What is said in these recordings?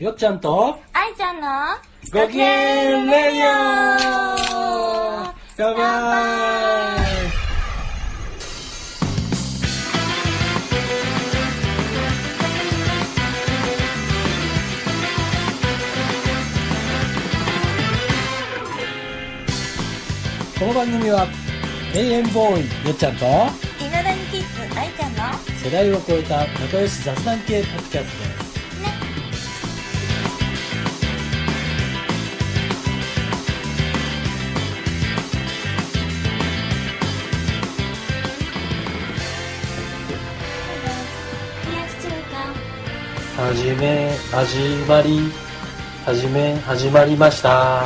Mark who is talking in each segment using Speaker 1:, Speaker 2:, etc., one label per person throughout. Speaker 1: よっちゃんと
Speaker 2: 愛ちゃんの
Speaker 1: ごきげんレディオ乾杯この番組は永遠ボーイよっちゃんと
Speaker 2: いなだにキッズ愛ちゃんの
Speaker 1: 世代を超えた仲良し雑談系ポッドキャストです
Speaker 2: ね冷やし中華
Speaker 1: はじめ、始まり、はじめ、始まりま した。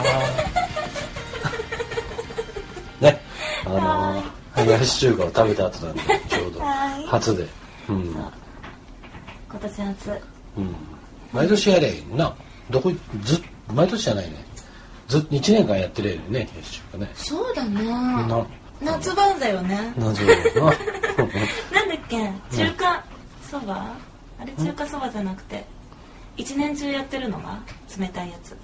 Speaker 1: ね、あの、冷やし中華を食べた後なんで、ちょうど、
Speaker 2: はい
Speaker 1: 初で。うん、
Speaker 2: 今年初
Speaker 1: うん。毎年やれへんな。どこい、ずっ、毎年じゃないね。ずっと1年間やってれるよね、冷やし中華ね。
Speaker 2: そうだね
Speaker 1: な、
Speaker 2: 夏晩だよね
Speaker 1: 謎や な。
Speaker 2: なんだっけ中華そばあれ中華そばじゃなくて一年中やってるのが冷たいやつ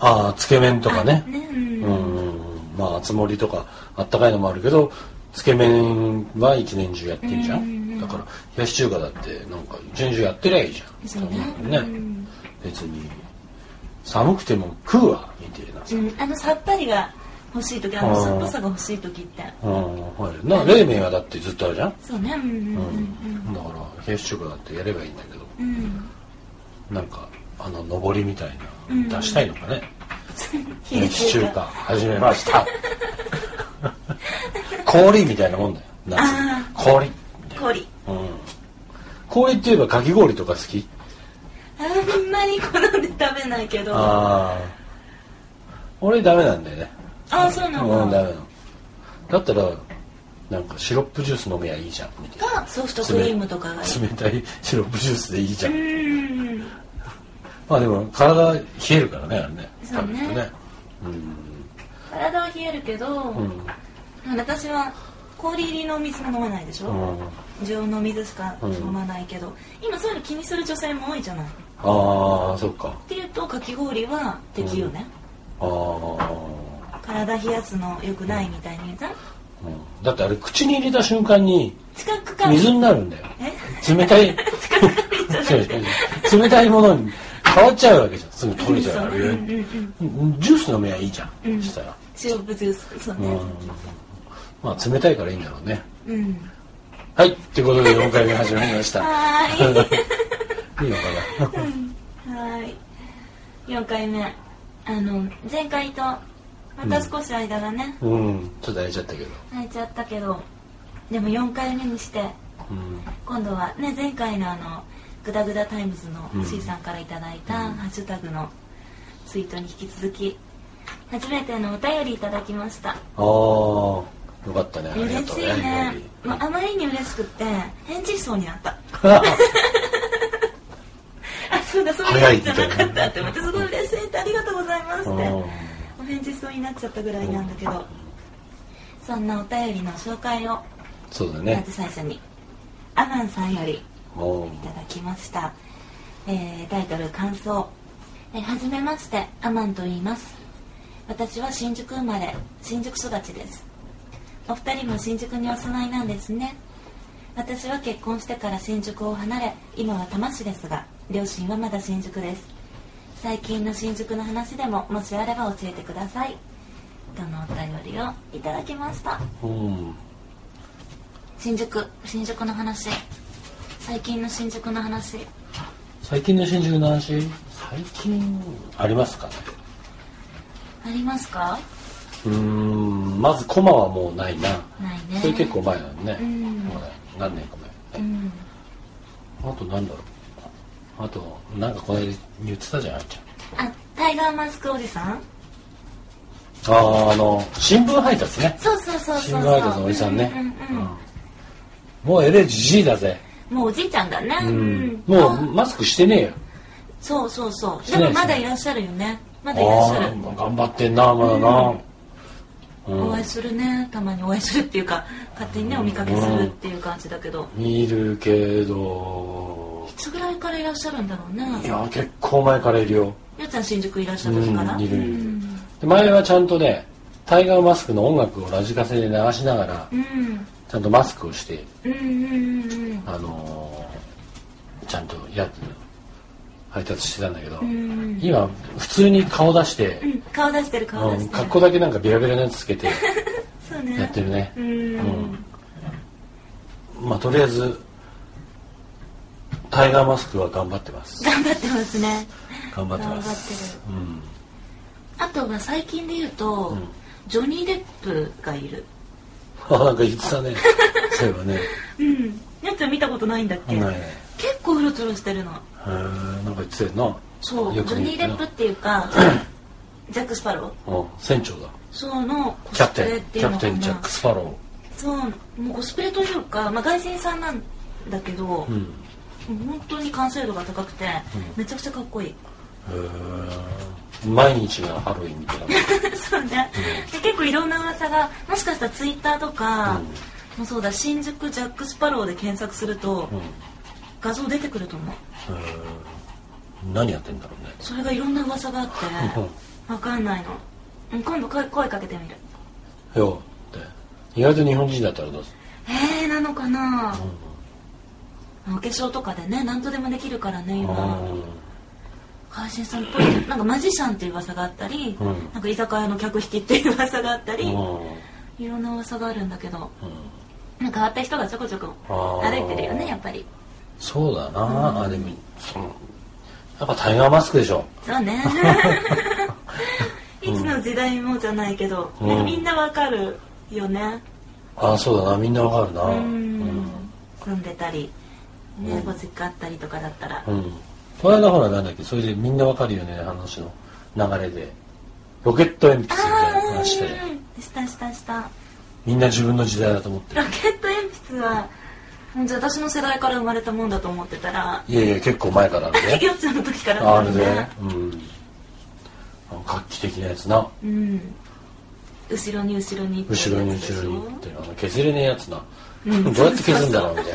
Speaker 1: ああ、つけ麺とかね。
Speaker 2: ねう
Speaker 1: うんん、まあ、あつ森とかあったかいのもあるけどつけ麺は一年中やってるじゃん,、
Speaker 2: うんうんうん
Speaker 1: だから冷やし中華だってなんか一年中やってりゃいいじゃん
Speaker 2: そうね
Speaker 1: ね、
Speaker 2: うん
Speaker 1: 別に寒くても食うわみたいなさ、
Speaker 2: うんあのさっぱりが欲しい時あ
Speaker 1: あー
Speaker 2: の酸っぱさが欲しい時って
Speaker 1: うんはい、な冷麺はだってずっとあるじゃん、
Speaker 2: そうねうんうん
Speaker 1: うん、だから冷やし中華だってやればいいんだけど
Speaker 2: うんうん
Speaker 1: なんかあの上りみたいな
Speaker 2: うん
Speaker 1: の出したいのかね、冷
Speaker 2: 冷や
Speaker 1: やし
Speaker 2: し
Speaker 1: 中
Speaker 2: 中
Speaker 1: 華
Speaker 2: 華
Speaker 1: 始めました 氷みたいなもんだよ夏
Speaker 2: あ
Speaker 1: 氷みたいな
Speaker 2: 氷
Speaker 1: うん氷って言えばかき氷とか好き
Speaker 2: あんまり好んで食べないけどあ
Speaker 1: ああ俺ダメなんだよね
Speaker 2: あそうな
Speaker 1: うん
Speaker 2: ん
Speaker 1: ダ
Speaker 2: だ
Speaker 1: メなのだったらなんかシロップジュース飲めやいいじゃんみたい
Speaker 2: がソフトクリームとかがいい
Speaker 1: な冷たいシロップジュースでいいじゃん、
Speaker 2: うん
Speaker 1: まあでも体冷えるからねあれね
Speaker 2: そうね
Speaker 1: 食べるとうん
Speaker 2: 体は冷えるけど、
Speaker 1: うん
Speaker 2: 私は氷入りのお水も飲まないでしょ、
Speaker 1: うん
Speaker 2: 常温のお水しか
Speaker 1: うん
Speaker 2: 飲まないけど、今そういうの気にする女性も多いじゃないっ
Speaker 1: ああそっか
Speaker 2: ていうとかき氷は適よね、
Speaker 1: ああ
Speaker 2: 体冷やすのよくないみたいに言うじゃん
Speaker 1: うんだってあれ口に入れた瞬間に
Speaker 2: 近くから
Speaker 1: 水になるんだよ
Speaker 2: え
Speaker 1: 冷たい違う違う冷たいものに変わっちゃうわけじゃんすぐ取れちゃう
Speaker 2: うんうんうん
Speaker 1: うんジュース飲めばいいじゃ
Speaker 2: うん
Speaker 1: んしたら
Speaker 2: シロップジュースそう
Speaker 1: うん
Speaker 2: ね
Speaker 1: まあ冷たいからいいんだろうね
Speaker 2: うん、
Speaker 1: はいということで4回目始まりました
Speaker 2: はー
Speaker 1: いいのかな
Speaker 2: はーい4回目あの前回とまた少し間がね、
Speaker 1: うんちょっと空いちゃったけど
Speaker 2: 泣いちゃったけどでも4回目にして
Speaker 1: うん
Speaker 2: 今度はね前回のあのグダグダタイムズ
Speaker 1: う
Speaker 2: の
Speaker 1: ん
Speaker 2: C さんからいただいたハッシュタグのツイートに引き続き初めてのお便りいただきました
Speaker 1: ああよかったねありが
Speaker 2: 嬉
Speaker 1: と
Speaker 2: し
Speaker 1: う
Speaker 2: い
Speaker 1: ね
Speaker 2: ね
Speaker 1: いろ
Speaker 2: まああまりに嬉しくって返事しそうになっ た
Speaker 1: いろ
Speaker 2: あそうだそういうやつじゃなかったって思ってすごい嬉しいってありがとうございますって
Speaker 1: うん
Speaker 2: お返事しそうになっちゃったぐらいなんだけどそんなお便りの紹介を
Speaker 1: そうだ
Speaker 2: ま
Speaker 1: ね
Speaker 2: ず最初にアマンさんより
Speaker 1: もう
Speaker 2: いただきました、えータイトル感想えーはじめましてアマンと言います私は新宿生まれ新宿育ちですお二人も新宿にお住まいなんですね私は結婚してから新宿を離れ今は多摩市ですが両親はまだ新宿です最近の新宿の話でももしあれば教えてくださいとのお便りをいただきました
Speaker 1: うん
Speaker 2: 新宿新宿の話最近の新宿の話
Speaker 1: 最近の新宿の話最近ありますかね
Speaker 2: ありますか
Speaker 1: うーんまずコマはもうないな
Speaker 2: ないね
Speaker 1: それ結構前だね、
Speaker 2: うん
Speaker 1: ほら何年か
Speaker 2: う
Speaker 1: 前、
Speaker 2: ん
Speaker 1: あとなんだろうあとなんかこの間言ってたじゃんあいち
Speaker 2: あタイガーマスクおじさん
Speaker 1: ゃんあああの新聞配達ね
Speaker 2: そうそうそうそう
Speaker 1: 新聞配達のおじさんね、
Speaker 2: うんうんうん
Speaker 1: うんもう LHG だぜ、
Speaker 2: もうおじいちゃんだね、
Speaker 1: う
Speaker 2: うん
Speaker 1: ん、もう
Speaker 2: あ
Speaker 1: マスクしてねえよ
Speaker 2: そうそうそう
Speaker 1: し
Speaker 2: で
Speaker 1: ない
Speaker 2: もまだいらっしゃるよねまだいらっしゃる
Speaker 1: あー頑張ってんなまだな、うん
Speaker 2: お会いするねたまにお会いするっていうか勝手にねお見かけするっていう感じだけど
Speaker 1: 見るけどど
Speaker 2: いつぐらいからいらっしゃるんだろうね
Speaker 1: いや結構前からいるよ
Speaker 2: ゆうちゃん新宿いらっしゃ
Speaker 1: う
Speaker 2: るから
Speaker 1: んいるいるで前はちゃんとねタイガーマスクの音楽をラジカセで流しながら
Speaker 2: うん
Speaker 1: ちゃんとマスクをして
Speaker 2: うんうんうんうん
Speaker 1: あのーちゃんとや配達してたんだけど、
Speaker 2: うん
Speaker 1: 今普通に顔出して
Speaker 2: う、ん顔出してる顔
Speaker 1: う
Speaker 2: 出
Speaker 1: ん、
Speaker 2: してる
Speaker 1: 格好だけなんかビラビラのやつつけて
Speaker 2: そう
Speaker 1: やって
Speaker 2: ね
Speaker 1: るね
Speaker 2: うん
Speaker 1: まあとりあえずタイガーマスクは頑張ってます
Speaker 2: 頑張ってますね
Speaker 1: 頑張ってます
Speaker 2: あとは最近で言うと、
Speaker 1: うん
Speaker 2: ジョニー・デップがいる
Speaker 1: うん あなんか言ってたねそういえばね
Speaker 2: うんやつ見たことないんだっけ、
Speaker 1: ないへ
Speaker 2: 結構うろつろしてるの
Speaker 1: えなんか言ってたよな
Speaker 2: そうジ
Speaker 1: よく
Speaker 2: ョ
Speaker 1: 見
Speaker 2: ニー・
Speaker 1: る
Speaker 2: デ
Speaker 1: な
Speaker 2: ップってい うかジャック・スパロー
Speaker 1: うん船長だ
Speaker 2: そうのコ
Speaker 1: キャ
Speaker 2: ス
Speaker 1: プ
Speaker 2: プレ
Speaker 1: テ
Speaker 2: っ
Speaker 1: ン
Speaker 2: て
Speaker 1: キ
Speaker 2: いう
Speaker 1: ャ
Speaker 2: の
Speaker 1: プ
Speaker 2: か
Speaker 1: テンジャッ
Speaker 2: な
Speaker 1: ク・スパロ
Speaker 2: そうもうコスプレというか、まあ、外人さんなんだけど、
Speaker 1: ーうん
Speaker 2: もう本当に完成度が高くて、めちゃくちゃかっこいい
Speaker 1: へえ毎日がハロウィンみたいなもん
Speaker 2: そうね、で結構いろんな噂がもしかしたらツイッターと
Speaker 1: う
Speaker 2: か、
Speaker 1: ん
Speaker 2: もうそうだ新宿ジャック・スパローで検索すると、
Speaker 1: うんへ
Speaker 2: 画像出てくると思う
Speaker 1: え何やってんだろうね
Speaker 2: それがいろんな噂があって
Speaker 1: うん
Speaker 2: 分かんないのうん今度声声かけてみる
Speaker 1: よって意外と日本人だったらどうす
Speaker 2: えー、なのかな
Speaker 1: る、う、ん
Speaker 2: お化粧とかでね何とでもできるからね
Speaker 1: う
Speaker 2: 今配信さんっぽいなんかマジシャンっていう噂があったり、
Speaker 1: うん
Speaker 2: なんか居酒屋の客引きっていう噂があったり、
Speaker 1: ん
Speaker 2: いろんな噂があるんだけど
Speaker 1: うん
Speaker 2: なんか変わった人がちょこちょこ
Speaker 1: あー
Speaker 2: 歩いてるよねやっぱり
Speaker 1: そうだな、あでもそのやっぱタイガーマスクでしょ
Speaker 2: そ うねいつの時代もじゃないけど、
Speaker 1: うん
Speaker 2: ねみんなわかるよね
Speaker 1: ああそうだなみんなわかるな
Speaker 2: う
Speaker 1: うんん、
Speaker 2: 住んでたりね
Speaker 1: うん
Speaker 2: ご実家あったりとかだったら
Speaker 1: うんこの間ほらなんだっけそれでみんなわかるよね話の流れでロケット鉛筆みたいな
Speaker 2: ああ
Speaker 1: 話して
Speaker 2: したしたした
Speaker 1: みんな自分の時代だと思ってる
Speaker 2: ロケット鉛筆はうんじゃあ私の世代から生まれたもんだと思ってたら
Speaker 1: いやいや結構前からあるね
Speaker 2: よっちゃんの時から
Speaker 1: ある
Speaker 2: だもん
Speaker 1: ねうんあの画期的なやつな
Speaker 2: うん後ろに後ろにって
Speaker 1: 後ろに後ろにってあの削れねえやつな、
Speaker 2: うん
Speaker 1: どうやって削るんだろうみたい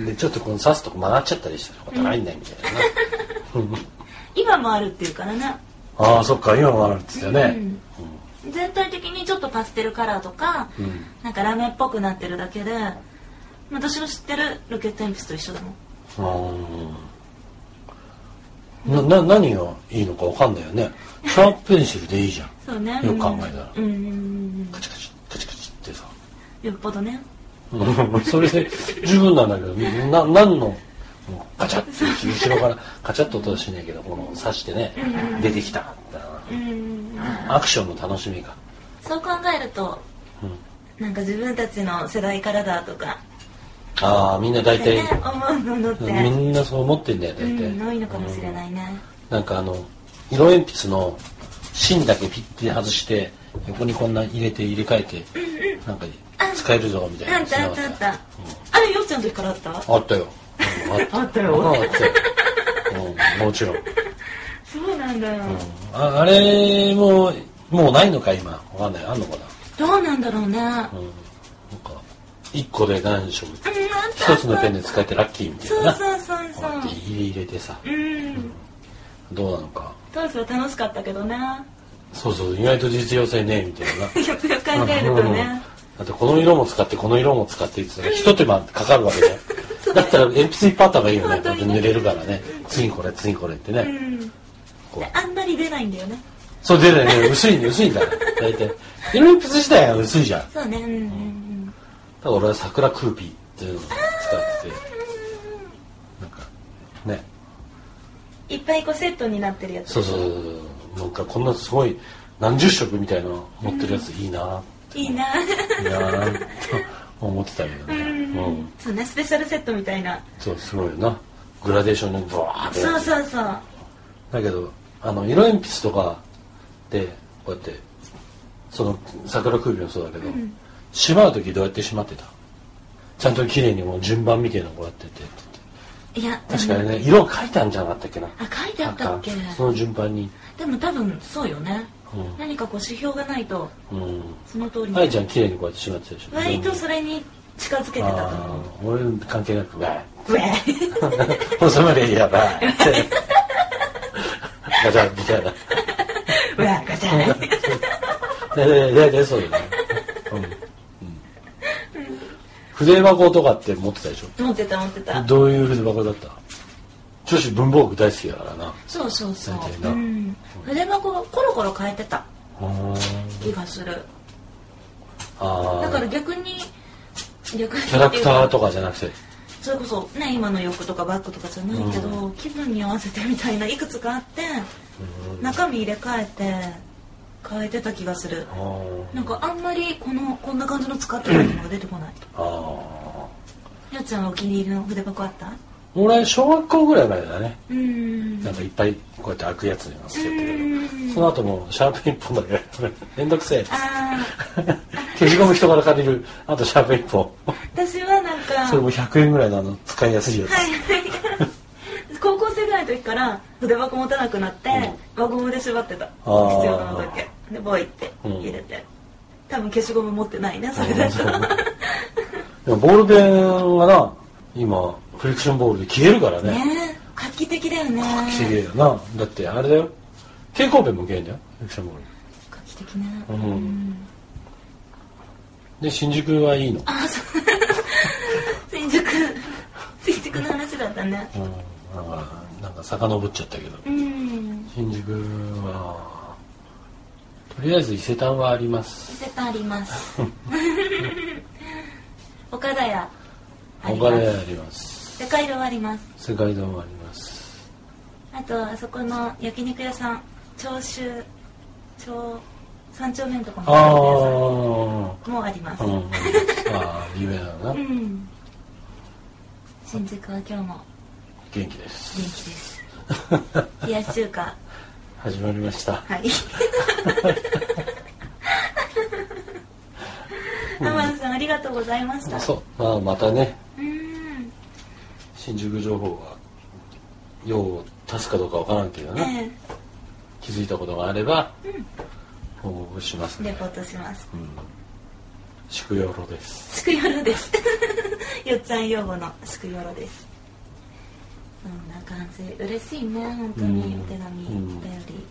Speaker 1: なでちょっとこの刺すとこ曲がっちゃったりしたら高いんだよみたいな、
Speaker 2: 今もあるっていうからね
Speaker 1: ああそっか今もあるっつったよね
Speaker 2: 全体的にちょっとパステルカラーとか、
Speaker 1: うん、
Speaker 2: なんかラメっぽくなってるだけで私の知ってるロケット鉛筆と一緒だもん
Speaker 1: うんなな何がいいのかわかんないよねシャープペンシルでいいじゃん
Speaker 2: そうね
Speaker 1: よく考えたら
Speaker 2: うんうんうんうん
Speaker 1: カチカチカチカチってさ
Speaker 2: よっぽどね
Speaker 1: うんそれで十分なんだけどな何のもうガチャッて後ろからカチャッと音はしないけどこの刺してね出てきたってな
Speaker 2: うんうんうん
Speaker 1: アクションの楽しみが
Speaker 2: そう考えると、なんか自分たちの世代からだとか、
Speaker 1: ああみんな大
Speaker 2: ね
Speaker 1: 体、
Speaker 2: 思うものって、
Speaker 1: みんなそう思ってんだよ
Speaker 2: う
Speaker 1: 大体、
Speaker 2: ん、多いのかもしれないね。
Speaker 1: なんかあの色鉛筆の芯だけピッて外して横にこんな入れて入れ替えてなんか使えるぞみたいな
Speaker 2: あったあったあった。あれ、よっちゃんの時からあった
Speaker 1: あったようんあっ
Speaker 2: あった
Speaker 1: あったようんもちろん、うん
Speaker 2: そうなんだよ。
Speaker 1: ああれももうないのか今わかんないあんのかな,、
Speaker 2: どうなんだろうね。うん、あっ
Speaker 1: うん、なんか1個で何色
Speaker 2: たあった。
Speaker 1: 一つのペンで使えてラッキーみた
Speaker 2: そ
Speaker 1: いうなな
Speaker 2: そうそうそ
Speaker 1: こうやって入れ入れてさ
Speaker 2: う。うん。
Speaker 1: どうなのか
Speaker 2: 当時は楽しかったけどね。
Speaker 1: そうそう意外と実用性ねえみたいな
Speaker 2: よくよく考えるとね。
Speaker 1: だってこの色も使ってこの色も使ってって言ってたら一手間かかるわけじゃんだったら鉛筆いっぱいあった方がいいよね
Speaker 2: 本当
Speaker 1: だって
Speaker 2: にね
Speaker 1: 塗れるからね次これ次これってね、
Speaker 2: うん。で
Speaker 1: こう
Speaker 2: あんまり出ないんだよね。
Speaker 1: そう出ないね薄いね薄いんだよ大体色鉛筆自体は薄いじゃんだか
Speaker 2: そうね。うんうんうん。
Speaker 1: ら俺は桜クーピーっていうのを使っててなんかね
Speaker 2: いっぱいこうセットになってるやつ。
Speaker 1: そうそうそうそうなんかこんなすごい何十色みたいなの持ってるやついいなって
Speaker 2: いいな。
Speaker 1: いいなーって思ってたけどねうん
Speaker 2: そうね、スペシャルセットみたいな。
Speaker 1: そうすごいよなグラデーションのブワーってやつ
Speaker 2: そうそうそう。
Speaker 1: だけどあの色鉛筆とかでこうやってその桜首もそうだけど、しまう時どうやってしまってたちゃんと綺麗にもう順番みたいなのこうやってて
Speaker 2: いや、
Speaker 1: 確かにね、色を描いたんじゃなかったっけな
Speaker 2: あ、書いてあったっけ
Speaker 1: なんかその順番に
Speaker 2: でも多分そうよね。
Speaker 1: うん
Speaker 2: 何かこう指標がないと、
Speaker 1: うん
Speaker 2: その通りに。
Speaker 1: 愛ちゃん綺麗にこうやってしまってたでしょ
Speaker 2: 割とそれに近づけてたと思
Speaker 1: あ
Speaker 2: う
Speaker 1: ー俺関係なくわ
Speaker 2: ブエー
Speaker 1: ー収まりゃいいやば いってガチャみたいな
Speaker 2: ブエーガチャ
Speaker 1: ねねねねそうだよねうん、うん、筆箱とかって持ってたでしょ
Speaker 2: 持ってた持ってた
Speaker 1: どういう筆箱だった女子文房具大好きだからな
Speaker 2: そうそうそう
Speaker 1: 大体、
Speaker 2: う、
Speaker 1: なん
Speaker 2: 筆箱がコロコロ変えてた気がする
Speaker 1: あ
Speaker 2: だ
Speaker 1: あ
Speaker 2: から逆に逆に
Speaker 1: キャラクターとかじゃなくて
Speaker 2: それこそね今の洋服とかバッグとかじゃないけど、気分に合わせてみたいないくつかあって中身入れ替えて変えてた気がする
Speaker 1: あー
Speaker 2: なんかあんまりこのこんな感じの使ってるのが出てこない
Speaker 1: あー
Speaker 2: よっちゃんはお気に入りの筆箱あった
Speaker 1: 俺小学校ぐらいまでだね
Speaker 2: うーん
Speaker 1: なんかいっぱいこうやって開くやつになってた
Speaker 2: う
Speaker 1: け
Speaker 2: ん
Speaker 1: どその後もうシャープ一本だけやるめんどくせえ
Speaker 2: あ
Speaker 1: 消しゴム人から借りるあとシャープ一本
Speaker 2: ー私はなんか
Speaker 1: それも100円ぐらいのあの使いやすいやつ、
Speaker 2: はい高校生ぐらいの時から筆箱持たなくなって、輪ゴムで縛ってた必
Speaker 1: ー
Speaker 2: 要なのだけでボイって入れて、多分消しゴム持ってないねそれ だと
Speaker 1: うんでもボールペンがな今フリクションボールで消えるからね
Speaker 2: ねえ画期的だよね
Speaker 1: 不思議だよなだってあれだよ蛍光ペンも消えんだよフリクションボール
Speaker 2: 画期的ね
Speaker 1: うんで新宿はいいの
Speaker 2: あそう新宿新宿の話だったね
Speaker 1: うんなんかなんか遡っちゃったけど
Speaker 2: うん
Speaker 1: 新宿はとりあえず伊勢丹はあります
Speaker 2: 伊勢丹あります 岡田屋あり
Speaker 1: 他
Speaker 2: ま
Speaker 1: ですあります
Speaker 2: 世界堂あります
Speaker 1: 世界堂もあります
Speaker 2: あとあそこの焼肉屋さん長州長三丁目のとこ
Speaker 1: あ
Speaker 2: ろの
Speaker 1: あ
Speaker 2: 焼肉屋さんもあります
Speaker 1: うんああ有名だな
Speaker 2: うん新宿は今日も
Speaker 1: 元気で
Speaker 2: 元気です す冷やし中華
Speaker 1: 始まりました
Speaker 2: はいアマンさんありがとうございました
Speaker 1: そうまあまたね
Speaker 2: うーん
Speaker 1: 新宿情報が用を足すかどうかわからんけどね
Speaker 2: え
Speaker 1: 気づいたことがあれば報告します
Speaker 2: えレ
Speaker 1: ね
Speaker 2: ポートします
Speaker 1: うん宿養路です
Speaker 2: すくよろです よっちゃん用語のすくよろですそんな感じ嬉しいね本当に
Speaker 1: うん
Speaker 2: お手紙お
Speaker 1: う
Speaker 2: 便
Speaker 1: ん
Speaker 2: り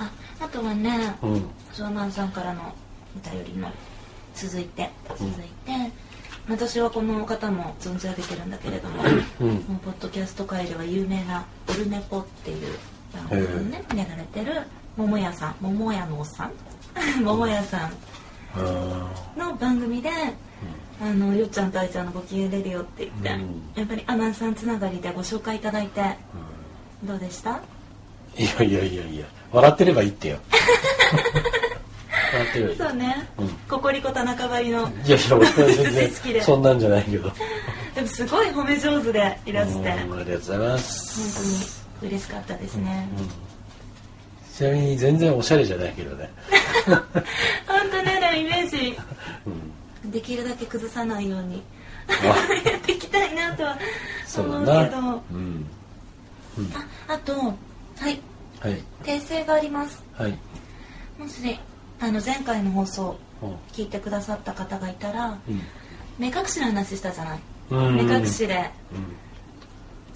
Speaker 2: ああとはね
Speaker 1: うんうん
Speaker 2: ソーマンさんからのお便りも続いて続いて、私はこの方も存じ上げてるんだけれども
Speaker 1: うん
Speaker 2: もうポッドキャスト界では有名な「オルネポ」っていう番組をねやられてる桃屋さん桃屋のおっさん 桃屋さ
Speaker 1: あ
Speaker 2: んの番組で「あのよっちゃんとあいちゃんのご機嫌出るよ」って言って、
Speaker 1: うん
Speaker 2: やっぱりアナンさんつながりでご紹介いただいて
Speaker 1: ー
Speaker 2: どうでした
Speaker 1: いやいやいやいや笑ってればいいって よ笑ってればいい
Speaker 2: そうね、
Speaker 1: うん
Speaker 2: ココリコ田中ばりの
Speaker 1: いやいや俺は全
Speaker 2: 好き で
Speaker 1: 然そんなんじゃないけど
Speaker 2: でもすごい褒め上手でいらして
Speaker 1: うんありがとうございます
Speaker 2: 本当に嬉しかったですね、
Speaker 1: うんちなみに全然おしゃれじゃないけどね、
Speaker 2: 本当ねでもイメージ
Speaker 1: うん、
Speaker 2: できるだけ崩さないように
Speaker 1: あ
Speaker 2: やっていきたいなとは
Speaker 1: そう
Speaker 2: 思
Speaker 1: だ
Speaker 2: うけど
Speaker 1: な
Speaker 2: あ
Speaker 1: うん、うん、
Speaker 2: あとはい
Speaker 1: はい
Speaker 2: 訂正があります
Speaker 1: はい、
Speaker 2: もしあの前回の放送
Speaker 1: うん
Speaker 2: 聞いてくださった方がいたら目隠しの話したじゃない、
Speaker 1: うん
Speaker 2: 目隠しで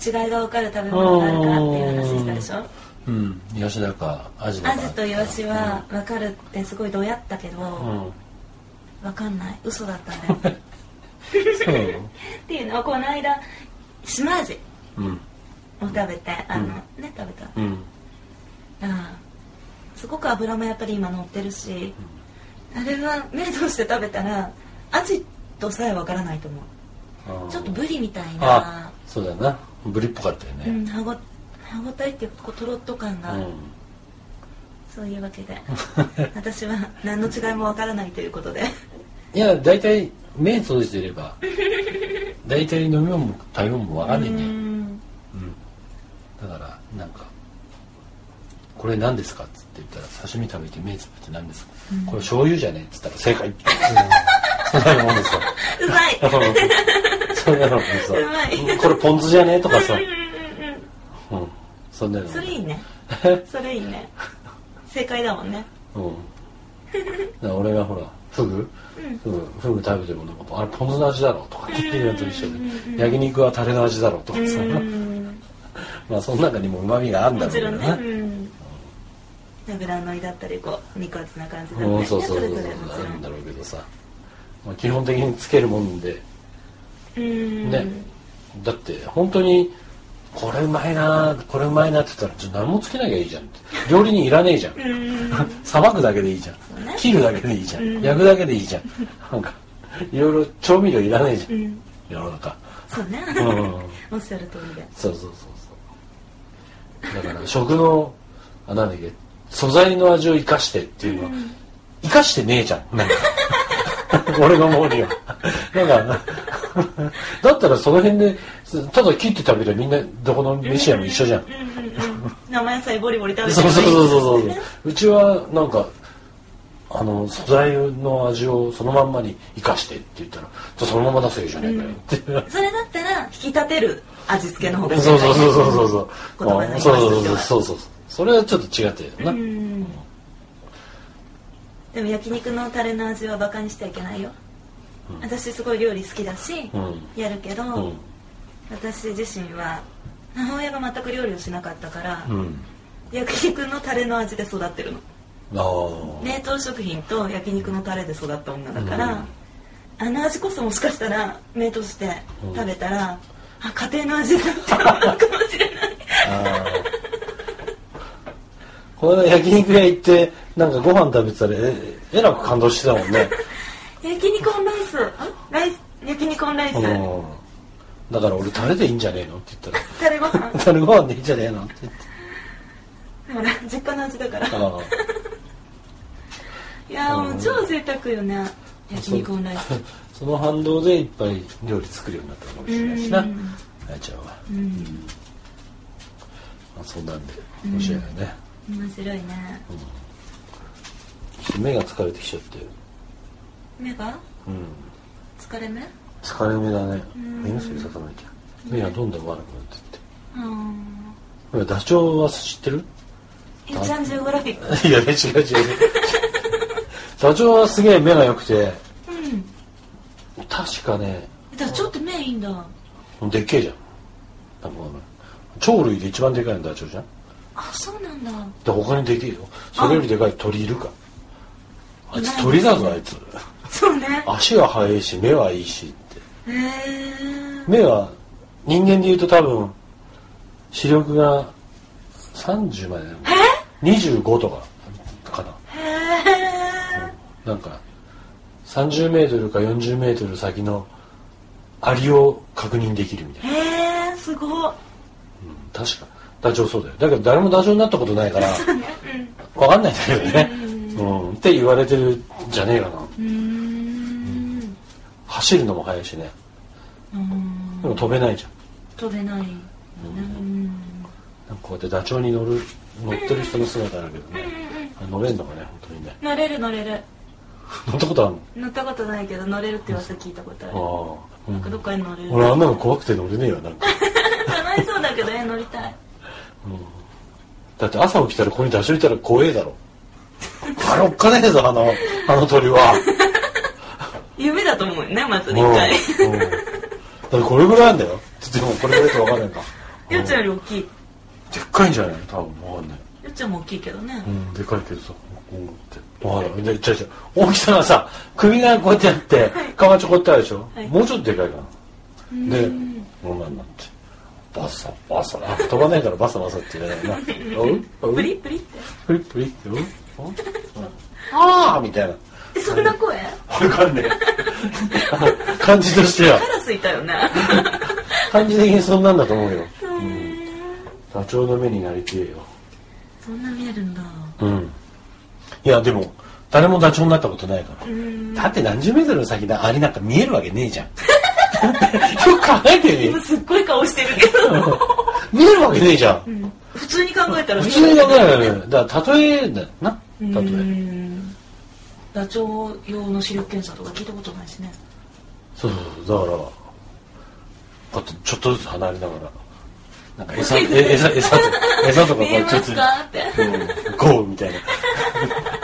Speaker 2: 違いが分かる食べ物があるかっていう話したでしょ
Speaker 1: うん、うん、吉田かアジだか
Speaker 2: アジとイワシは分かるってすごいどうやったけど、
Speaker 1: うん、うん、
Speaker 2: 分かんない嘘だったんだよ
Speaker 1: そう
Speaker 2: っていうのはこの間島味
Speaker 1: うん
Speaker 2: を食べてあの、
Speaker 1: うん
Speaker 2: ね食べたあ
Speaker 1: うん
Speaker 2: あすごく油もやっぱり今乗ってるし、あれは目通して食べたらアジとさえわからないと思う
Speaker 1: あ
Speaker 2: ちょっとブリみたい
Speaker 1: あ
Speaker 2: な、
Speaker 1: そうだなブリっぽかったよ
Speaker 2: う
Speaker 1: ね
Speaker 2: ん、歯ご歯ごたえっていうかこうとろっと感
Speaker 1: う
Speaker 2: が、
Speaker 1: ん
Speaker 2: そういうわけで 私は何の違いもわからないということで
Speaker 1: いや大体目閉じてれば大体飲み物も食べ物もわかんないんだよ
Speaker 2: うん
Speaker 1: だからなんか「これ何ですか?」っつって言ったら「刺身食べて目つぶって何ですかこれ醤油じゃね?」っつったら「正解」ってそんなのもんでさ
Speaker 2: うまい
Speaker 1: そんなのもんさ
Speaker 2: うま
Speaker 1: 「
Speaker 2: い
Speaker 1: これポン酢じゃね?」とかさ、
Speaker 2: うんうんうん
Speaker 1: うん、そんなのも
Speaker 2: それいいねそれいいね正解だもんね
Speaker 1: うんだから俺がほらフグ、うんフグ食べてもなんかあれポン酢の味だろうとかキッキリアンと一緒
Speaker 2: うんうんうんうん
Speaker 1: で焼肉はタレの味だろうとかさ、
Speaker 2: うん
Speaker 1: まあその中にもうまみがあるんだ
Speaker 2: も
Speaker 1: ろうけ
Speaker 2: ちろ
Speaker 1: ど
Speaker 2: ん
Speaker 1: ね
Speaker 2: ね、うん、脂のりだったりこう肉厚な感じだったり、
Speaker 1: う
Speaker 2: ね、
Speaker 1: ん、そうそうそう
Speaker 2: れ
Speaker 1: そう
Speaker 2: ぞれもち
Speaker 1: あ
Speaker 2: ろ
Speaker 1: る
Speaker 2: ん
Speaker 1: んだろうけどさ、まあ、基本的につけるもんで
Speaker 2: うん
Speaker 1: ね、だって本当にこれうまいなこれうまいなって言ったらちょっと何もつけなきゃいいじゃんって料理にいらねえじゃん
Speaker 2: うん
Speaker 1: さばくだけでいいじゃん
Speaker 2: うね
Speaker 1: 切るだけでいいじゃん、
Speaker 2: うん
Speaker 1: 焼くだけでいいじゃんなんかいろいろ調味料いらねえじゃん、
Speaker 2: うん
Speaker 1: 世の中
Speaker 2: そうね、
Speaker 1: う
Speaker 2: おっしゃる通りで
Speaker 1: そうそうそうそうだから食のあなんだっけ素材の味を生かしてっていうのは、生かしてねえじゃんなんか 俺が思うにはなんかだったらその辺でただ切って食べてみんなどこの飯屋も一緒じゃん
Speaker 2: うんうんうん生野菜ボリボリ食べて
Speaker 1: そうそうそうそうそう
Speaker 2: ね
Speaker 1: うちはなんかあの素材の味をそのまんまに生かしてって言ったらじゃあそのまま出せるじゃねえかよって、
Speaker 2: それだったら引き立てる味付けの方が
Speaker 1: そうそうそうそうそうそう
Speaker 2: 言葉になります
Speaker 1: そうそうそうそうそうそれはちょっと違ってるよな、
Speaker 2: うんでも焼肉のタレの味はバカにしちゃいけないよ、私すごい料理好きだし、
Speaker 1: う
Speaker 2: やるけど、
Speaker 1: うん
Speaker 2: 私自身は母親が全く料理をしなかったから、
Speaker 1: うん
Speaker 2: 焼肉のタレの味で育ってるの
Speaker 1: ああ、
Speaker 2: 冷凍食品と焼肉のタレで育った女だか
Speaker 1: う
Speaker 2: ら
Speaker 1: ん、
Speaker 2: あの味こそもしかしたら冷凍して
Speaker 1: うん
Speaker 2: 食べたら、あ家庭の味だったのかもしれ ない
Speaker 1: あーこの間焼肉屋行ってなんかご飯食べてたらええらく感動してたも んね、
Speaker 2: 焼肉オンライスあライス焼肉オンライス
Speaker 1: うん、だから俺タレでいいんじゃねえのって言ったら
Speaker 2: タレご飯
Speaker 1: タレご飯でいいんじゃねえのって言って
Speaker 2: ほら実家の味 だから
Speaker 1: あ
Speaker 2: いやーもう超贅沢よね焼肉オンライス
Speaker 1: ーその反動でいっぱい料理作るようになったかもしれないしな
Speaker 2: うん
Speaker 1: あやちゃんは、
Speaker 2: うん
Speaker 1: まあ、そんなんで面白いよね、
Speaker 2: 面白いね
Speaker 1: ちょっと目が疲れてきちゃって
Speaker 2: 目が
Speaker 1: うん
Speaker 2: 疲れ目
Speaker 1: 疲れ目だね
Speaker 2: ん
Speaker 1: 目薬ささなきゃ目がどんどん悪くなってって
Speaker 2: うん
Speaker 1: ほらダチョウは知ってる
Speaker 2: えちゃんジオグラフィッ ク
Speaker 1: いやね違う違うダチョウはすげえ目が良くて
Speaker 2: うん
Speaker 1: 確かね
Speaker 2: だからちょっと目いいんだ
Speaker 1: でっけえじゃん多分鳥類で一番でかいのダチョウじゃん
Speaker 2: あそうなんだ
Speaker 1: で他にできるよそれよりでかい鳥いるかあい
Speaker 2: いな
Speaker 1: つ
Speaker 2: い
Speaker 1: 鳥だぞあいつ
Speaker 2: そうね
Speaker 1: 足は速いし目はいいしって
Speaker 2: へえ
Speaker 1: 目は人間で言うと多分視力が30までなの25とかか
Speaker 2: へえ
Speaker 1: ななんか30メートルか40メートル先のアリを確認できるみたいな
Speaker 2: へえすごっ
Speaker 1: 確かダチョウそうだよだけど誰もダチョウになったことないからわかんないんだけどねうんって言われてるんじゃねえかな
Speaker 2: うーん
Speaker 1: 走るのも速いしね
Speaker 2: うん
Speaker 1: でも飛べないじゃん
Speaker 2: 飛べないよねうん
Speaker 1: なんかこうやってダチョウに乗る乗ってる人の姿だけどねあ乗れんのかね本当にね
Speaker 2: 乗れる乗れる
Speaker 1: 乗ったことあるの
Speaker 2: 乗ったことないけど乗れるって噂聞いたことある
Speaker 1: ああ、う
Speaker 2: なんかど
Speaker 1: ん、
Speaker 2: っかに乗れる
Speaker 1: 俺あんなの怖くて乗れねえよなんか、
Speaker 2: 楽しそうだけどえ乗りたい
Speaker 1: うん、だって朝起きたらここに出しといたら怖えだろあれおっかねえぞあのあの鳥は
Speaker 2: 夢だと思うよねまず
Speaker 1: うん
Speaker 2: 一回
Speaker 1: うんだってこれぐらいなんだよでもこれぐらいって分かんないか
Speaker 2: よっちゃんより大きい
Speaker 1: でっかいんじゃないの多分分かんない
Speaker 2: よっちゃんも大きいけどね
Speaker 1: うんでかいけどさこうってわかんないで違う違う大きさがさ首がこうやってあって顔がちょこってあるでしょ、
Speaker 2: はい
Speaker 1: もうちょっとでかいかなでこんなんなってバサバサあ飛ばないからバサバサって言わない なおうおう
Speaker 2: プリプリって
Speaker 1: プリプリっておうおううんああみたいな
Speaker 2: えそんな声
Speaker 1: わかんねえ感じとしては
Speaker 2: カラスいたよね
Speaker 1: 感じ的にそんなんだと思うよ
Speaker 2: うん
Speaker 1: ダチョウの目になりてえよ
Speaker 2: そんな見えるんだ
Speaker 1: うんいやでも誰もダチョウになったことないから
Speaker 2: うん
Speaker 1: だって何十メートルの先でアリなんか見えるわけねえじゃん。よく考えてみ
Speaker 2: 今。すっごい顔してるけど
Speaker 1: 見えるわけねえじゃん。
Speaker 2: うん普通に考えたら
Speaker 1: 普
Speaker 2: 見
Speaker 1: 通
Speaker 2: え
Speaker 1: に
Speaker 2: る
Speaker 1: 考えられる。だから例えだよな。例
Speaker 2: う
Speaker 1: え。
Speaker 2: んダチョウ用の視力検査とか聞いたことないしね
Speaker 1: そうそうそう。だから、こうやってちょっとずつ離れながら、なんか 餌、え餌、餌とか、餌とかこ
Speaker 2: 見え
Speaker 1: う
Speaker 2: ま
Speaker 1: ちょっ
Speaker 2: すかって
Speaker 1: と、うんゴーみたいな。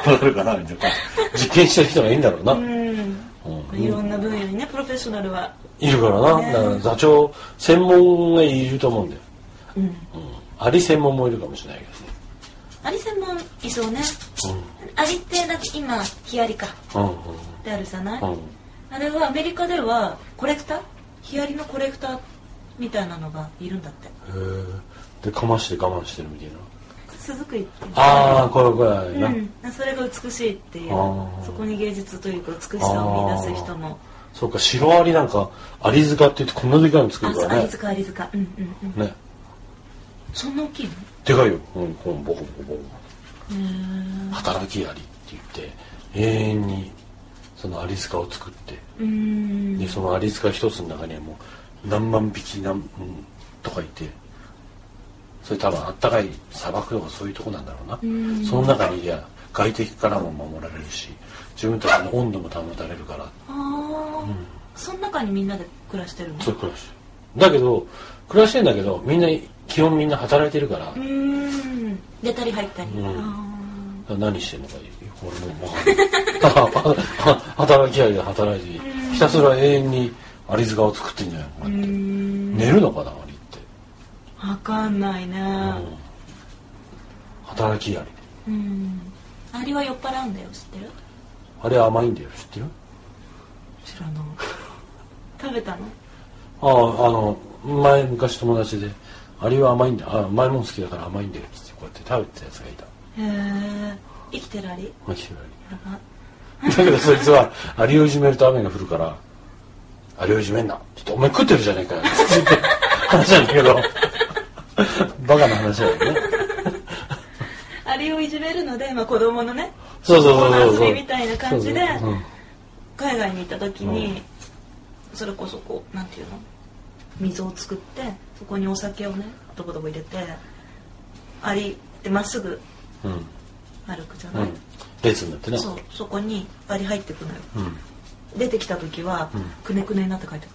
Speaker 1: となるかなみたいな実験してる人がいいんだろうな、
Speaker 2: う、
Speaker 1: うん
Speaker 2: いろんな分野にねプロフェッショナルは、
Speaker 1: いるからな、
Speaker 2: ね
Speaker 1: だから座長専門がいると思うんだよ、
Speaker 2: うん、
Speaker 1: うん、アリ専門もいるかもしれないけ
Speaker 2: アリ専門いそうね
Speaker 1: どね
Speaker 2: アリってだって今ヒアリか
Speaker 1: うんうん
Speaker 2: ってあるじゃない、
Speaker 1: うんうん
Speaker 2: あれはアメリカではコレクターヒアリのコレクターみたいなのがいるんだって
Speaker 1: へえでかまして我慢してるみたいな
Speaker 2: 鈴くいっていう
Speaker 1: ああこれこれ
Speaker 2: う
Speaker 1: な、
Speaker 2: ん、それが美しいっていう
Speaker 1: あー
Speaker 2: そこに芸術というか美しさを見出す人も
Speaker 1: そうかシロアリなんかアリ塚って言ってこんなでかいの作
Speaker 2: あ
Speaker 1: る
Speaker 2: そう
Speaker 1: か
Speaker 2: ア
Speaker 1: ら
Speaker 2: リ
Speaker 1: ね
Speaker 2: 塚アリ塚うんうんうん
Speaker 1: ね
Speaker 2: そんな大きいの
Speaker 1: でかいよ、うん、このボコボコボコ
Speaker 2: へー
Speaker 1: 働きアリって言って永遠にそのアリ塚を作って
Speaker 2: うーん
Speaker 1: でそのアリ塚一つの中にはもう何万匹何、うん、とかいてそれ多分あったかい砂漠とかそういうとこなんだろうな
Speaker 2: うん
Speaker 1: その中にいりゃ外敵からも守られるし自分たちの温度も保たれるから
Speaker 2: ああ、その中にみんなで暮らしてるの
Speaker 1: そういう暮らしだけど暮らしてんだけどみんな基本みんな働いてるから
Speaker 2: うーん出たり入ったり、
Speaker 1: うん
Speaker 2: あ
Speaker 1: 何してんのか俺もわかんない 働き合いで働いてひたすら永遠にアリ塚を作ってんじゃないのか
Speaker 2: ーう
Speaker 1: なって
Speaker 2: ーん
Speaker 1: 寝るのかなアリって、
Speaker 2: わかんないね
Speaker 1: うん働きアリ
Speaker 2: うんアリは酔っ払うんだよ知ってる
Speaker 1: あれ甘いんだよ知ってる
Speaker 2: 知らない食べたの
Speaker 1: あああの前昔友達でアリは甘いんだあ甘いもん好きだから甘いんだよっつってこうやって食べてたやつがいた
Speaker 2: へえ生きてるアリ
Speaker 1: マキシマリ
Speaker 2: やば
Speaker 1: だけどそいつはアリをいじめると雨が降るから「アリをいじめんな」って言って「お前食ってるじゃねえかよ」って言って話なんだけどバカな話だよね
Speaker 2: アリをいじめるので、まあ、子供のね
Speaker 1: そうそうそう
Speaker 2: 子供
Speaker 1: そう
Speaker 2: 遊びみたいな感じで
Speaker 1: そうそううん
Speaker 2: 海外に行った時
Speaker 1: う
Speaker 2: に
Speaker 1: ん、
Speaker 2: それこそこうなんていうの溝を作ってそこにお酒をねどこどこ入れてアリってまっすぐ
Speaker 1: うん
Speaker 2: 歩くじゃ
Speaker 1: う
Speaker 2: ない、
Speaker 1: ん列になってな
Speaker 2: そうそこにアリ入ってくのよ
Speaker 1: うん
Speaker 2: 出てきた時は、
Speaker 1: うん
Speaker 2: くねくねになって帰ってく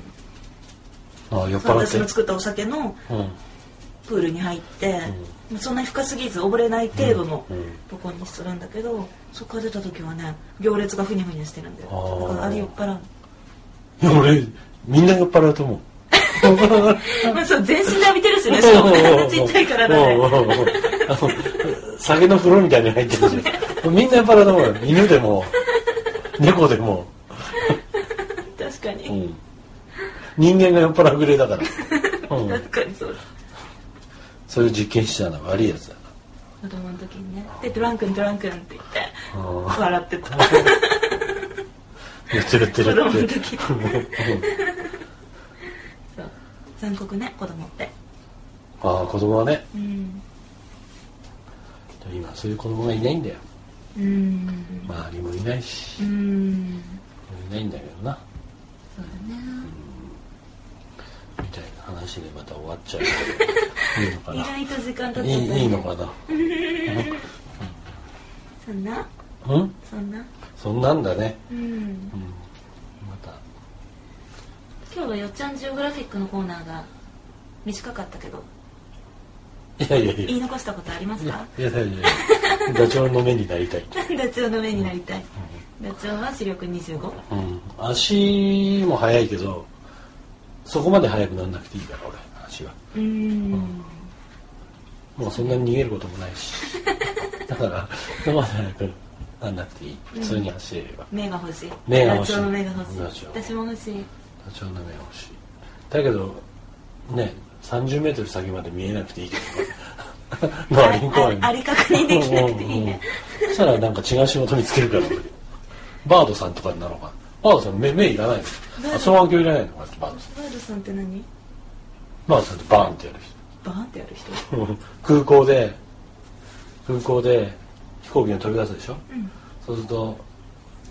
Speaker 2: る
Speaker 1: ああ酔っ払っ
Speaker 2: 私
Speaker 1: て
Speaker 2: の作ったお酒の
Speaker 1: うん
Speaker 2: プールに入って、そんなに深すぎず溺れない程度の
Speaker 1: うんうん
Speaker 2: とこにするんだけど、そこから出た時はね行列がふにゃふにゃしてるんだ
Speaker 1: あー
Speaker 2: よだからあれ酔っ払う
Speaker 1: いや俺みんな酔っ払うと思う
Speaker 2: まあ そう全身で浴びてるしねし かも体ちっちゃいからだ
Speaker 1: おうおう
Speaker 2: ね
Speaker 1: おうあの酒の風呂みたいに入ってるじゃんみんな酔っ払うと思うよ犬でも猫でも
Speaker 2: 確かに、
Speaker 1: うん人間が酔っ払うぐらいだから、うん
Speaker 2: 確、かにそうだ
Speaker 1: そういう実験しちゃうのは悪いやつだ
Speaker 2: 子供の時にねでドランクンドランクンって言って
Speaker 1: なうん
Speaker 2: 笑ってた
Speaker 1: 言ってる言ってる
Speaker 2: 子供の
Speaker 1: って
Speaker 2: 時そう残酷ね子供って
Speaker 1: ああ子供はね
Speaker 2: うん
Speaker 1: でも今そういう子供がいないんだよ
Speaker 2: うん
Speaker 1: 周りもいないし
Speaker 2: うん
Speaker 1: いないんだけどな
Speaker 2: そうだね
Speaker 1: みたいな話でまた終わっちゃうけどいいのかな
Speaker 2: 意外と時間経っ
Speaker 1: い
Speaker 2: ちゃったね
Speaker 1: いいいのかな
Speaker 2: そんな
Speaker 1: うん
Speaker 2: そんな
Speaker 1: そんなんだね、
Speaker 2: うん
Speaker 1: うん、また
Speaker 2: 今日はよっちゃんジオグラフィックのコーナーが短かったけど
Speaker 1: いやいやいや
Speaker 2: 言い残したことあります
Speaker 1: い
Speaker 2: か
Speaker 1: やいやいやいやダチョウの目になりたい、
Speaker 2: ダチョウの目になりたいダチョウは視力25
Speaker 1: うん、足も速いけどそこまで速くならなくていいから俺足は
Speaker 2: うーん
Speaker 1: もうそんなに逃げることもないしだからそこまで速くならなくていい普通に走れれば、
Speaker 2: 目が欲しい
Speaker 1: 目が欲しい
Speaker 2: ダチョウの目が欲しい
Speaker 1: ダチョウ
Speaker 2: 私も欲しい
Speaker 1: ダチョウの目が欲しいだけどね3 0ル先まで見えなくていいけどまあインコ
Speaker 2: あ
Speaker 1: ア
Speaker 2: あ
Speaker 1: に
Speaker 2: あり確認できなくていいね
Speaker 1: うんうんうんそしたらなんか違う仕事見つけるから俺バードさんとかになろうかなバードさん目目いらない
Speaker 2: バー
Speaker 1: の
Speaker 2: ド
Speaker 1: あ双眼鏡いらないのこうやってバードさん
Speaker 2: ワールさんって何
Speaker 1: バードさんってバーンってやる
Speaker 2: バーンってやる人
Speaker 1: 人空港で空港で飛行機が飛び出すでしょ
Speaker 2: うん
Speaker 1: そうすると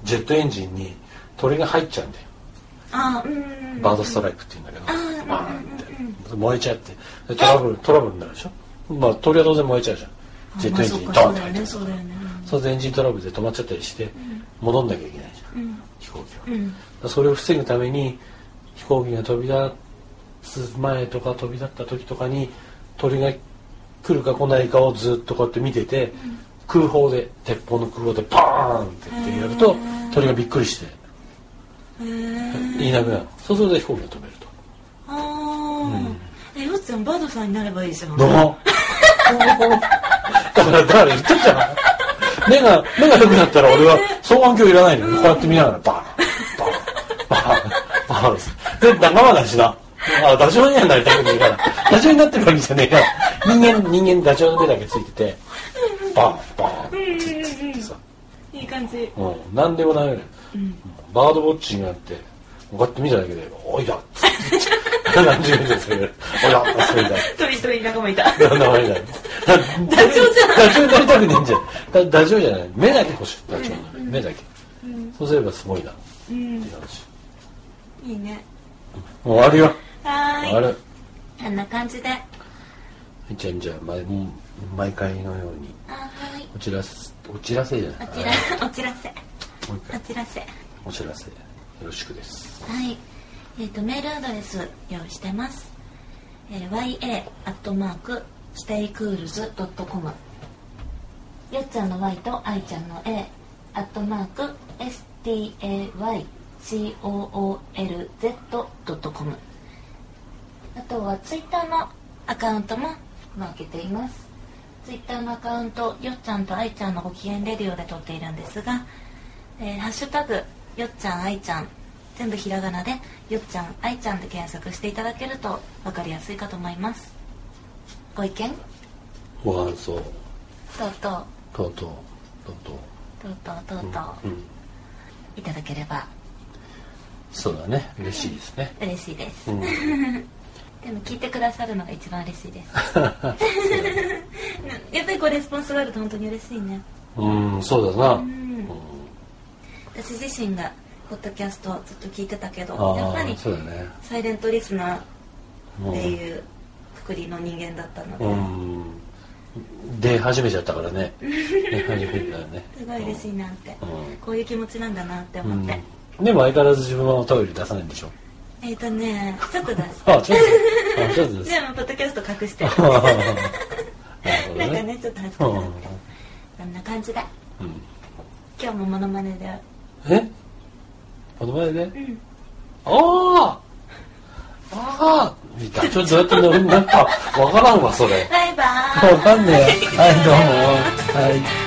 Speaker 1: ジェットエンジンに鳥が入っちゃうんだよ
Speaker 2: あーうーん
Speaker 1: バードストライクって言うんだけど、
Speaker 2: うん
Speaker 1: バーンって燃えちゃってでトラブルトラブルになるでしょまあ鳥は当然燃えちゃうじゃんジェットエンジンに
Speaker 2: あまあ
Speaker 1: ド
Speaker 2: そ
Speaker 1: ーン
Speaker 2: う
Speaker 1: っ
Speaker 2: か
Speaker 1: て
Speaker 2: そうだ
Speaker 1: 入っちゃう
Speaker 2: よねそうだよね
Speaker 1: そうするとエンジントラブルで止まっちゃったりして戻んなきゃいけないじゃん
Speaker 2: うん
Speaker 1: 飛行機は
Speaker 2: うんうん
Speaker 1: それを防ぐために飛行機が飛び立つ前とか飛び立った時とかに鳥が来るか来ないかをずっとこうやって見てて、空砲で鉄砲の空砲でパーンってってやると
Speaker 2: へー
Speaker 1: 鳥がびっくりして
Speaker 2: へえ
Speaker 1: いなくなるそうすると飛行機が飛べると
Speaker 2: ああ、えよっちゃんバードさんになればいいじゃん
Speaker 1: どうもだからだから言ったじゃん目が目が良くなったら俺は双眼鏡いらないのよこうやって見ながらバーンバーンバーンバーンで仲間だしなあダチョウにはなりたくないからダチョウになってるわけじゃねえから人間人間ダチョウの目だけついててバーンバーンつって言ってさ
Speaker 2: いい感じ
Speaker 1: もう何でもないのよ
Speaker 2: うん
Speaker 1: バードウォッチングなんて、こうやって見ただけで、おいだっつって、 何十年ですよ、おいだっつってみたい
Speaker 2: 鳥鳥仲間いた
Speaker 1: な。名前だ。ダチョウ
Speaker 2: ダチョウじゃん
Speaker 1: ダチョウになりたくねえんじゃん。だダチョウじゃない。目だけ欲しい。ダチョウの目だけ。
Speaker 2: うん、
Speaker 1: そうすればすごいな、っ
Speaker 2: うん
Speaker 1: ていう、話。
Speaker 2: いいね
Speaker 1: もう終わるよ。
Speaker 2: は
Speaker 1: 終わ
Speaker 2: ーい
Speaker 1: る。
Speaker 2: こんな感じであ
Speaker 1: じゃあ、じゃあ、毎毎回のように、
Speaker 2: はーい
Speaker 1: お知らせ、お知らせじゃない。
Speaker 2: おちら
Speaker 1: あ
Speaker 2: おちらせ
Speaker 1: もう一
Speaker 2: お
Speaker 1: 回、
Speaker 2: ちらせは
Speaker 1: お知らせ。よろしくです。
Speaker 2: いえっ、とメールアドレス用意してます、えー、ya アットマークステイクールズドットコムよっちゃんの Y とあいちゃんの A アットマーク STAYCOOLZ.com あとはツイッターのアカウントも設けていますツイッターのアカウントよっちゃんとあいちゃんのご機嫌レディオで撮っているんですが、えーハッシュタグよっちゃんあいちゃん全部ひらがなでよっちゃんあいちゃんで検索していただけると分かりやすいかと思いますご意見
Speaker 1: ご感想、
Speaker 2: 等々
Speaker 1: とうとう、とうとう。
Speaker 2: とうとうとうと
Speaker 1: うんうん。
Speaker 2: ういただければ
Speaker 1: そうだね。嬉しいですね。
Speaker 2: 嬉しいです、
Speaker 1: うん。
Speaker 2: でも聞いてくださるのが一番嬉しいですうん やっぱりこうレスポンスがあると本当に嬉しいね
Speaker 1: うん、そうだな。
Speaker 2: う
Speaker 1: うんん、
Speaker 2: 私自身がポッドキャストをずっと聞いてたけど
Speaker 1: あ
Speaker 2: やっぱ
Speaker 1: あ、
Speaker 2: り
Speaker 1: そうだね。
Speaker 2: サイレントリスナー
Speaker 1: う
Speaker 2: って
Speaker 1: ん
Speaker 2: いうくくりの人間だったので、
Speaker 1: うん。出始めちゃったからね。出始めたからね。
Speaker 2: すごい嬉しいなって、
Speaker 1: うん
Speaker 2: こういう気持ちなんだなって
Speaker 1: う
Speaker 2: 思っ
Speaker 1: ん
Speaker 2: て、。
Speaker 1: でも相変わらず自分はお便り出さないんでしょ。
Speaker 2: えっ、ー、とねちょっと出す
Speaker 1: あ、ちょっと。あ、ちょっとで
Speaker 2: じ
Speaker 1: す。
Speaker 2: ゃあもうポッドキャスト隠して
Speaker 1: なるほど
Speaker 2: なんか
Speaker 1: ね。
Speaker 2: ねちょ
Speaker 1: うん
Speaker 2: っと恥ずかしかったそんな感じで
Speaker 1: うん。
Speaker 2: 今日もモノマネで
Speaker 1: えこの前ね
Speaker 2: う。ん
Speaker 1: ああああ見た。ちょっとどうやって乗るなんか、わからんわ、それ。
Speaker 2: バイバーイ
Speaker 1: わかんねえ。はい、どうも。はい。